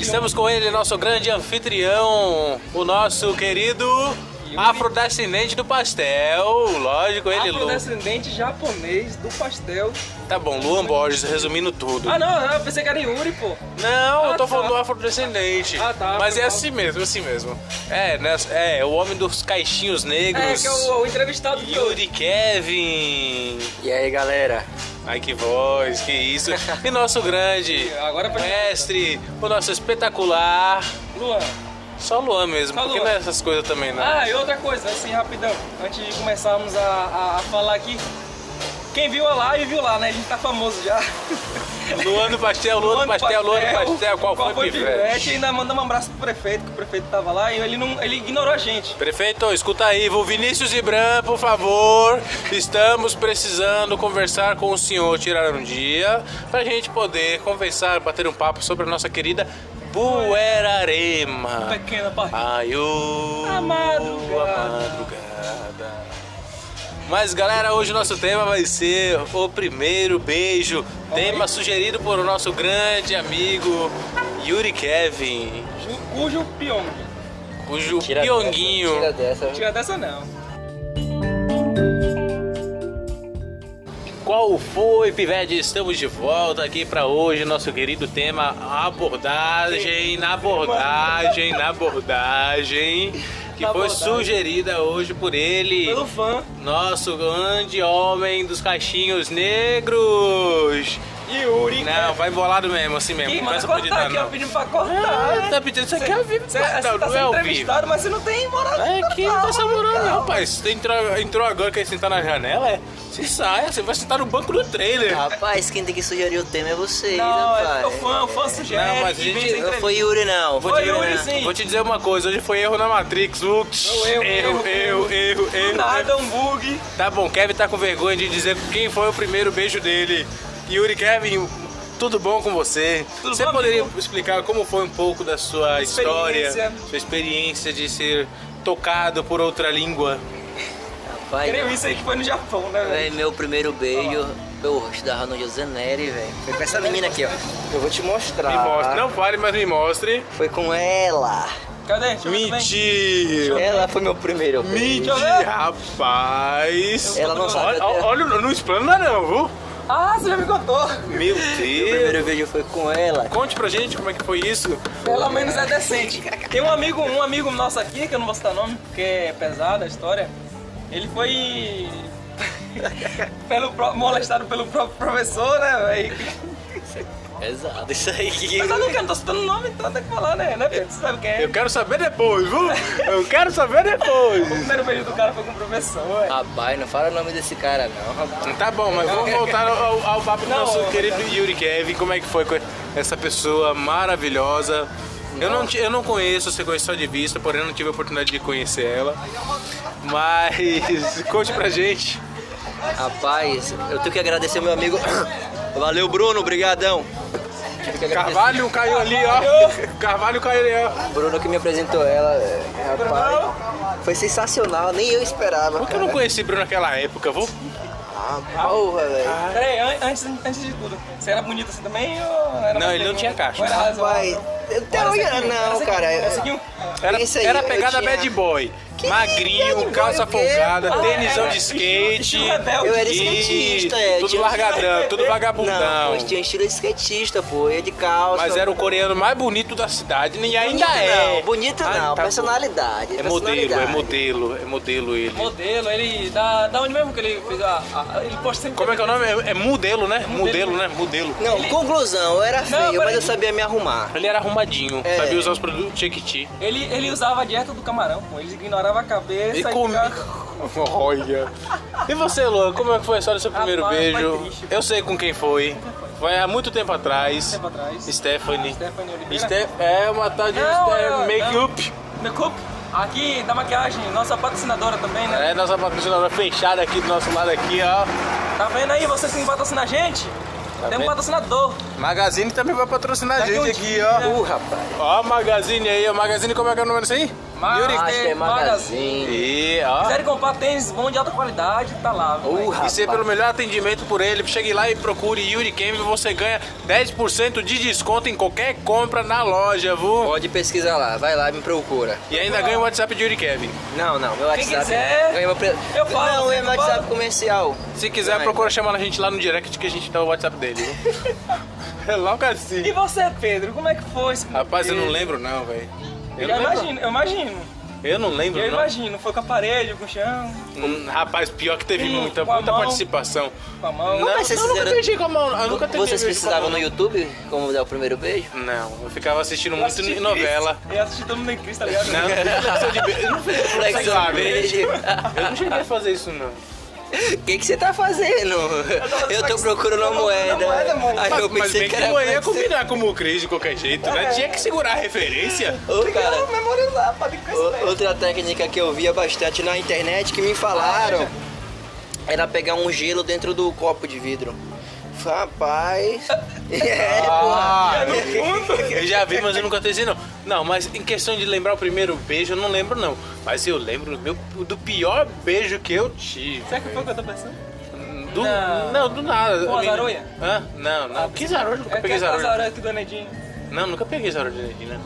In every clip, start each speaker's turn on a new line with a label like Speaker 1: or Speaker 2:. Speaker 1: Estamos com ele, nosso grande anfitrião, o nosso querido afrodescendente do pastel. Lógico, ele, Lu.
Speaker 2: Afrodescendente japonês do pastel.
Speaker 1: Tá bom, Luan Borges, resumindo tudo.
Speaker 2: Ah, não, não, eu pensei que era Yuri, pô.
Speaker 1: Não,
Speaker 2: Ah,
Speaker 1: eu tô
Speaker 2: tá.
Speaker 1: falando do afrodescendente.
Speaker 2: Ah, tá,
Speaker 1: Mas
Speaker 2: foi
Speaker 1: é
Speaker 2: mal.
Speaker 1: assim mesmo, é assim mesmo. É, né, é, o homem dos caixinhos
Speaker 2: É,
Speaker 1: negros.
Speaker 2: que é o, o entrevistado de hoje.
Speaker 1: Yuri Kevin.
Speaker 3: E aí galera,
Speaker 1: Ai, que voz, que isso. E nosso grande
Speaker 2: Agora pode-
Speaker 1: mestre, o nosso espetacular.
Speaker 2: Luan.
Speaker 1: Só Luan mesmo,
Speaker 2: Só
Speaker 1: porque
Speaker 2: Luan.
Speaker 1: não é essas coisas também, não.
Speaker 2: Ah, e outra coisa, assim, rapidão. Antes de começarmos a, a- a falar aqui. Quem viu a live, viu lá, né? A gente tá famoso já. um
Speaker 1: Luan do pastel, Luan do pastel, Luan do pastel, qual foi o pivete?
Speaker 2: E ainda mandamos um abraço pro prefeito, que o prefeito tava lá e ele, não, ele ignorou a gente.
Speaker 1: Prefeito, escuta aí, vou Vinícius Ibram, por favor. Estamos precisando conversar com o senhor, tirar um dia, pra gente poder conversar, bater um papo sobre a nossa querida Buerarema.
Speaker 2: Pequena parte.
Speaker 1: Ai, ô,
Speaker 2: A madrugada.
Speaker 1: a madrugada. Mas galera, hoje o nosso tema vai ser o primeiro beijo. Tema sugerido por o nosso grande amigo Yuri Kevin,
Speaker 2: Ju- Cujo Pyong.
Speaker 1: cujo
Speaker 3: tira
Speaker 1: pionguinho.
Speaker 3: dessa, tira dessa.
Speaker 2: Tira dessa não.
Speaker 1: Qual foi, Pivete? Estamos de volta aqui para hoje, nosso querido tema abordagem, na abordagem, na abordagem, que
Speaker 2: Na
Speaker 1: foi
Speaker 2: abordagem.
Speaker 1: sugerida hoje por ele,
Speaker 2: Pelo fã,
Speaker 1: nosso grande homem dos caixinhos negros.
Speaker 2: Yuri.
Speaker 1: Não, vai embolado mesmo, assim mesmo.
Speaker 2: Quem
Speaker 1: Não
Speaker 2: manda
Speaker 1: peça pra
Speaker 2: cortar
Speaker 1: editar,
Speaker 2: aqui, ó,
Speaker 1: não.
Speaker 2: pedindo pra cortar.
Speaker 1: Ah, tá pedindo isso aqui ao vivo,
Speaker 2: Você
Speaker 1: não,
Speaker 2: tá
Speaker 1: não é
Speaker 2: sendo
Speaker 1: ao vivo.
Speaker 2: entrevistado, mas você não tem moral.
Speaker 1: É que não tá
Speaker 2: Calma,
Speaker 1: saborando,
Speaker 2: calma.
Speaker 1: não, rapaz. Você entrou, entrou agora quer sentar na janela, é? Você sai, você vai sentar no banco do trailer.
Speaker 3: Rapaz, quem tem que sugerir o tema é vocês,
Speaker 2: Não, é
Speaker 3: rapaz.
Speaker 2: o fã, o fã sugere.
Speaker 1: Não, mas
Speaker 2: que
Speaker 1: a gente-
Speaker 2: vem sem
Speaker 3: Não
Speaker 2: entrevista.
Speaker 3: foi Yuri não.
Speaker 1: Vou
Speaker 2: Foi
Speaker 1: te,
Speaker 2: Yuri, sim.
Speaker 1: vou te dizer uma coisa, hoje foi erro na Matrix. Ux,
Speaker 2: Não, erro, erro,
Speaker 1: erro, erro,
Speaker 2: Do
Speaker 1: erro.
Speaker 2: nada, um bug.
Speaker 1: Tá bom, Kevin tá com vergonha de dizer quem foi o primeiro beijo dele. Yuri Kevin, tudo bom com você?
Speaker 2: Tudo
Speaker 1: você
Speaker 2: bom,
Speaker 1: poderia
Speaker 2: amigo?
Speaker 1: explicar como foi um pouco da sua
Speaker 2: Experiência.
Speaker 1: história, sua experiência de ser tocado por outra língua?
Speaker 3: Rapaz,
Speaker 2: Creio isso aí que foi no Japão, né, velho?
Speaker 3: véi, meu primeiro beijo, meu rosto da Rano José Neri, velho. Foi com essa menina aqui, ó. Eu vou te mostrar.
Speaker 1: Me mostre, não fale, mas me mostre.
Speaker 3: Foi com ela.
Speaker 2: Cadê? Deixa eu ver também.
Speaker 1: Mentira!
Speaker 3: Ela foi meu primeiro beijo.
Speaker 2: Deixa eu ver.
Speaker 1: Rapaz!
Speaker 3: Ela não sabe
Speaker 1: Olha,
Speaker 3: até-
Speaker 1: olha, não explana não, viu?
Speaker 2: Ah, você já me contou.
Speaker 1: Meu
Speaker 3: Meu
Speaker 1: Deus!
Speaker 3: primeiro beijo foi com ela.
Speaker 1: Conte pra gente como é que foi isso.
Speaker 2: Pelo menos é decente. Tem um amigo, um amigo nosso aqui, que eu não vou citar nome, porque é pesada a história. Ele foi. pelo pró- molestado pelo próprio professor, né, velho?
Speaker 3: Exato, isso aí.
Speaker 2: Mas eu não quero, não tô citando nome, então tem que falar, né? né Pedro? Você sabe quem é?
Speaker 1: Eu quero saber depois, viu? Eu quero saber depois.
Speaker 2: O primeiro beijo do cara foi com o professor, velho.
Speaker 3: Rapaz, não fala o nome desse cara não, rapaz.
Speaker 1: Tá bom, mas vamos voltar ao, ao- ao papo do
Speaker 2: Não,
Speaker 1: nosso
Speaker 2: não,
Speaker 1: querido Yuri Kevin. Como é que foi com essa pessoa maravilhosa? Eu não, ti- eu não conheço, você conhece só de vista, porém eu não tive a oportunidade de conhecer ela. Mas conte pra gente.
Speaker 3: Rapaz, eu tenho que agradecer meu amigo. Valeu, Bruno, brigadão. Tive que agradecer.
Speaker 1: Carvalho caiu ali, ó. Carvalho caiu ali, ó.
Speaker 3: Bruno que me apresentou ela, é, rapaz. Foi sensacional, nem eu esperava.
Speaker 1: Por que eu não
Speaker 3: cara.
Speaker 1: conheci Bruno naquela época, viu?
Speaker 3: Ah, porra, velho.
Speaker 2: Peraí, an- antes, antes de tudo, você era bonito assim também ou era
Speaker 1: Não, ele
Speaker 2: mais
Speaker 1: não tinha caixa.
Speaker 2: Ou era
Speaker 3: Rapaz,
Speaker 2: razoável?
Speaker 3: eu até
Speaker 2: Era
Speaker 3: hoje-
Speaker 2: sequinho, era
Speaker 3: não,
Speaker 2: sequinho,
Speaker 3: cara. é-
Speaker 2: Era
Speaker 3: eu-
Speaker 2: sequinho.
Speaker 1: Era,
Speaker 3: Pensa aí,
Speaker 1: era
Speaker 3: eu
Speaker 1: pegada
Speaker 3: tinha-
Speaker 1: bad boy.
Speaker 3: Que
Speaker 1: magrinho,
Speaker 3: bad boy
Speaker 1: calça
Speaker 3: o quê?
Speaker 1: folgada,
Speaker 3: Ah,
Speaker 1: tênisão
Speaker 2: era
Speaker 1: de
Speaker 2: estilo-
Speaker 1: skate.
Speaker 2: estilo rebelde.
Speaker 3: Eu era
Speaker 1: e
Speaker 3: skatista, é,
Speaker 1: Tudo
Speaker 3: tinha-
Speaker 1: largadão, tudo
Speaker 3: Não,
Speaker 1: vagabundão.
Speaker 3: mas tinha um estilo de skatista, pô. Ia de calça.
Speaker 1: Mas era o coreano mais bonito da cidade e ainda
Speaker 3: Bonito
Speaker 1: é.
Speaker 3: Não, bonito
Speaker 1: Ah,
Speaker 3: não,
Speaker 1: tá
Speaker 3: personalidade.
Speaker 2: assim,
Speaker 1: bom. É modelo, é
Speaker 3: personalidade.
Speaker 1: modelo, é modelo ele.
Speaker 2: Modelo, ele. Da, da onde mesmo que ele fez a. a- ele posta sempre.
Speaker 1: Como é que é o nome? É, é modelo, né? Modelo, né? Modelo.
Speaker 3: Não, conclusão, eu era feio, mas
Speaker 2: peraí.
Speaker 3: eu sabia me arrumar.
Speaker 1: Ele era arrumadinho,
Speaker 3: É.
Speaker 1: sabia usar os produtos Chiquiti.
Speaker 2: Ele, ele usava a dieta do camarão, pô. Ele ignorava a cabeça.
Speaker 1: é? E comi.
Speaker 2: ficava-
Speaker 1: Olha. E você, Luan, como é que foi a história do seu primeiro
Speaker 2: Rapaz,
Speaker 1: beijo?
Speaker 2: foi triste.
Speaker 1: Eu sei com quem foi. Foi há muito tempo atrás.
Speaker 2: Tempo atrás.
Speaker 1: Stephanie.
Speaker 2: Stephanie Oliveira.
Speaker 1: Ste- É uma tal de
Speaker 2: Não,
Speaker 1: Ste-
Speaker 2: eu-
Speaker 1: make-up.
Speaker 2: Mecup, aqui da maquiagem, nossa patrocinadora também, né?
Speaker 1: É nossa patrocinadora fechada aqui do nosso lado aqui, ó.
Speaker 2: Tá vendo aí vocês que patrocinam a gente? Tem um
Speaker 1: Tá vendo?
Speaker 2: patrocinador.
Speaker 1: Magazine também vai patrocinar a
Speaker 2: Daqui
Speaker 1: gente
Speaker 2: um
Speaker 1: aqui,
Speaker 2: dia.
Speaker 1: ó.
Speaker 3: Uh, rapaz.
Speaker 1: Ó, a Magazine aí, ó. Magazine, como é que é o nome disso aí?
Speaker 3: Master Magazine.
Speaker 1: E, ó.
Speaker 2: Quiserem comprar tênis bom de alta qualidade, tá lá. viu,
Speaker 3: Uh,
Speaker 2: velho?
Speaker 1: E ser pelo melhor atendimento por ele, chegue lá e procure Yuri Kemp, você ganha 10% de desconto em qualquer compra na loja, viu?
Speaker 3: Pode pesquisar lá, vai lá e me procura.
Speaker 1: E ainda ganha o WhatsApp de Yuri Kevin.
Speaker 3: Não, não, meu WhatsApp.
Speaker 2: quiser,
Speaker 3: ganha meu pre-
Speaker 2: eu falo,
Speaker 3: Não, é
Speaker 2: eu
Speaker 3: meu WhatsApp
Speaker 2: falo.
Speaker 3: comercial.
Speaker 1: Se quiser,
Speaker 3: Ai,
Speaker 1: procura chamar a gente lá no direct que a gente dá o WhatsApp dele. viu? é logo
Speaker 2: E
Speaker 1: assim.
Speaker 2: você, Pedro, como é que foi? esse
Speaker 1: Rapaz, eu não
Speaker 2: contexto?
Speaker 1: lembro não, velho.
Speaker 2: Eu,
Speaker 1: não lembro.
Speaker 2: imagino, eu imagino.
Speaker 1: Eu não lembro
Speaker 2: Eu
Speaker 1: não.
Speaker 2: imagino, foi com a parede, com o chão,
Speaker 1: Hum, Rapaz, pior que teve
Speaker 2: Ih,
Speaker 1: muita,
Speaker 2: com a
Speaker 1: muita
Speaker 2: mão.
Speaker 1: participação.
Speaker 2: com a mão.
Speaker 3: Não,
Speaker 1: Não,
Speaker 3: mas vocês
Speaker 1: eu nunca
Speaker 3: fizeram-
Speaker 1: tentei com a mão. Eu nunca tentei
Speaker 3: Vocês
Speaker 1: beijo com a
Speaker 3: precisavam
Speaker 1: mão,
Speaker 3: no YouTube como dar o primeiro beijo?
Speaker 1: Não, eu ficava assistindo
Speaker 2: Eu
Speaker 1: muito
Speaker 2: assisti
Speaker 1: é novela.
Speaker 2: Cristo, Eu assisti todo mundo em Cristo, tá ligado?
Speaker 1: Não, flexão de beijo. Eu não fiz flexão de
Speaker 3: Flexão de
Speaker 1: beijo.
Speaker 3: beijo.
Speaker 1: Eu não cheguei a fazer isso, não.
Speaker 3: O que, que você tá fazendo? Eu tô procurando uma moeda.
Speaker 2: moeda, amor.
Speaker 3: Aí eu
Speaker 1: Mas
Speaker 3: pensei
Speaker 1: bem
Speaker 3: que
Speaker 1: que
Speaker 3: era.
Speaker 1: não ia
Speaker 3: flexão.
Speaker 1: combinar com o Cris de qualquer jeito,
Speaker 2: É.
Speaker 1: né? Tinha que segurar a referência.
Speaker 3: Ô, cara,
Speaker 2: Eu memorizar, pode ficar
Speaker 3: O-
Speaker 2: esperto.
Speaker 3: Outra técnica que eu via bastante na internet que me falaram era pegar um gelo dentro do copo de vidro. Rapaz. É,
Speaker 1: Ah,
Speaker 3: porra.
Speaker 1: Eu já vi, mas eu nunca tentei não. Não, mas em questão de lembrar o primeiro beijo, eu não lembro não. Mas eu lembro do, meu, do pior beijo que eu tive.
Speaker 2: Será que foi o que eu tô pensando?
Speaker 1: Do,
Speaker 2: Não.
Speaker 1: não. do nada.
Speaker 2: Pô,
Speaker 1: Eu me-
Speaker 2: zaroia?
Speaker 1: Hã? Não, não. que zaroia? Eu Nunca
Speaker 2: É
Speaker 1: peguei
Speaker 2: aquela
Speaker 1: zaroia.
Speaker 2: zaroia que do Anedinho.
Speaker 1: Não, nunca peguei zaroia de energia, né?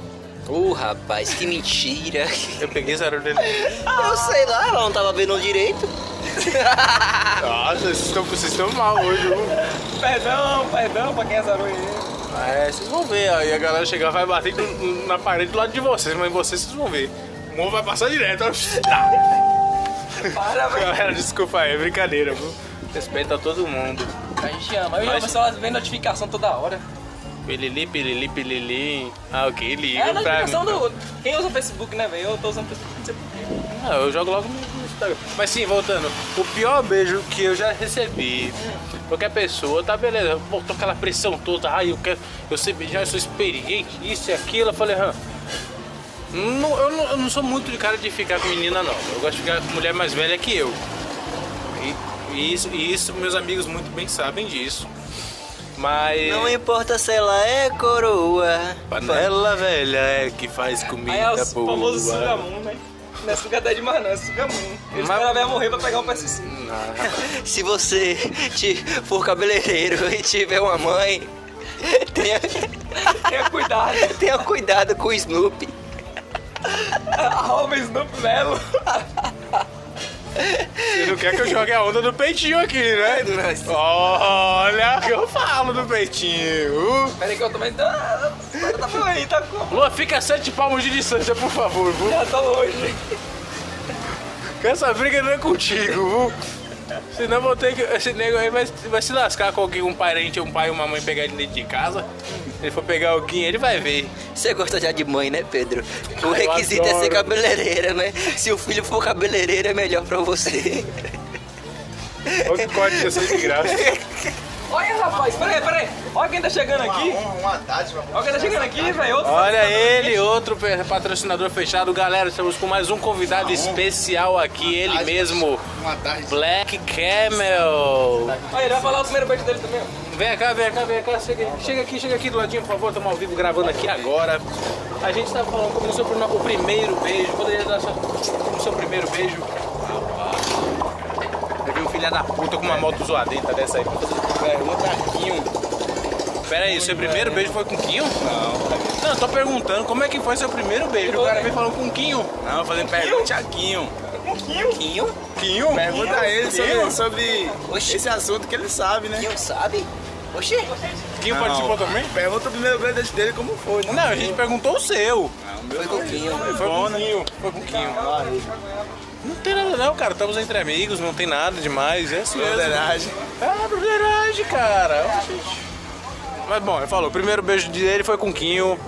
Speaker 3: Uh, rapaz, que mentira.
Speaker 1: Eu peguei zaroia de energia.
Speaker 3: Eu sei lá, ela não tava vendo direito.
Speaker 1: Nossa, vocês estão, vocês estão mal hoje, viu?
Speaker 2: Perdão, perdão pra quem é zaroia. aí.
Speaker 1: É, vocês vão ver. Aí a galera chegar vai bater no- na parede do lado de vocês, mas vocês, vocês vão ver. O morro vai passar direto. ó.
Speaker 2: Para, velho.
Speaker 1: Galera, desculpa aí, é brincadeira, viu? Respeita todo mundo.
Speaker 2: A gente ama. Eu e o
Speaker 1: Mas-
Speaker 2: pessoal vem notificação toda hora.
Speaker 1: Pilili, pilili, pilili. Ah, ok, liga
Speaker 2: É a
Speaker 1: pra
Speaker 2: notificação do. Quem usa o Facebook, né, velho? Eu tô usando o Facebook, não sei porquê.
Speaker 1: Ah, eu jogo logo no no Instagram. Mas sim, voltando. O pior beijo que eu já recebi. Qualquer pessoa, tá beleza. Botou aquela pressão toda. Ai, eu quero. Eu sei beijar, eu sou experiente, isso e aquilo. Eu falei, hã. Não, eu, não, eu não sou muito de cara de ficar com menina nova. Eu gosto de ficar com mulher mais velha que eu. E, e isso, e isso meus amigos muito bem sabem disso. Mas.
Speaker 3: Não importa se ela é coroa.
Speaker 1: Panela velha é que faz comida
Speaker 2: Aí é o
Speaker 1: boa.
Speaker 2: famoso Sugamun, né? Não é Sugadé de mais, não, é Sugamun. Eles
Speaker 1: Mas-
Speaker 2: caras vão morrer pra pegar um PS5.
Speaker 1: Não,
Speaker 3: Se você te- for cabeleireiro e tiver uma mãe, tenha,
Speaker 2: Tenha cuidado.
Speaker 3: tenha cuidado com o Snoopy.
Speaker 2: Arroba Snoop Melo.
Speaker 1: Você não quer que eu jogue a onda do peitinho aqui, né?
Speaker 3: Nossa.
Speaker 1: Olha o que eu falo do peitinho.
Speaker 2: Pera aí que eu também tô. Ah, Tá bom aí, tá com.
Speaker 1: Lua, fica a sete palmos de distância, por favor, viu?
Speaker 2: Já tô longe.
Speaker 1: Que essa briga não é contigo, viu? Senão eu vou ter que. Esse nego aí vai, vai se lascar com alguém, um parente, um pai, uma mãe pegar ele dentro de casa. Se ele for pegar alguém, ele vai ver.
Speaker 3: Você gosta já de mãe, né, Pedro? O
Speaker 1: Eu
Speaker 3: requisito é ser
Speaker 1: adoro.
Speaker 3: cabeleireira, né? Se o filho for cabeleireiro, é melhor pra você.
Speaker 1: Olha que código dessa de graça.
Speaker 2: Olha, rapaz, pera aí, pera aí. Olha quem tá chegando aqui.
Speaker 4: Uma tarde pra
Speaker 2: Olha quem tá chegando aqui, velho. Outro
Speaker 1: Olha
Speaker 2: patrocinador
Speaker 1: ele, outro pe- patrocinador fechado. Galera, estamos com mais um convidado especial aqui, ele mesmo,
Speaker 4: Uma tarde.
Speaker 1: Black Camel.
Speaker 2: aqui. Olha, ele vai falar o primeiro beijo dele também. ó.
Speaker 1: Vem cá, vem cá, vem cá, chega, aí. chega aqui, chega aqui do ladinho, por favor, estamos ao vivo gravando aqui agora. A gente tá falando, começou por o primeiro beijo, poderia dar só o seu primeiro beijo. Eu vi um filho da puta com uma moto zoadenta dessa aí. Pera aí, seu primeiro beijo foi com o Quinho? Não. Não, eu tô perguntando como é que foi seu primeiro beijo. O cara me falou com o Quinho.
Speaker 4: Não, fazendo pergunta a Quinho.
Speaker 3: Quinho?
Speaker 1: Quinho?
Speaker 4: Pergunta a ele sobre,
Speaker 1: Quinho?
Speaker 4: sobre
Speaker 3: Oxi.
Speaker 4: esse assunto que ele sabe, né?
Speaker 3: Quinho sabe? Oxê,
Speaker 1: Quinho
Speaker 4: Não.
Speaker 1: participou também?
Speaker 4: Pergunta o primeiro beijo dele como foi, né?
Speaker 1: Não, a gente perguntou o seu.
Speaker 4: Não,
Speaker 3: foi
Speaker 4: meu
Speaker 3: com o Quinho.
Speaker 1: Foi com
Speaker 4: né?
Speaker 1: o Quinho. Foi com o Quinho. Não tem nada não, cara. Estamos entre amigos, não tem nada demais. É isso mesmo.
Speaker 4: Broderagem.
Speaker 1: Ah, broderagem, cara. Oxi. Mas bom, ele falou, o primeiro beijo dele foi com o Quinho.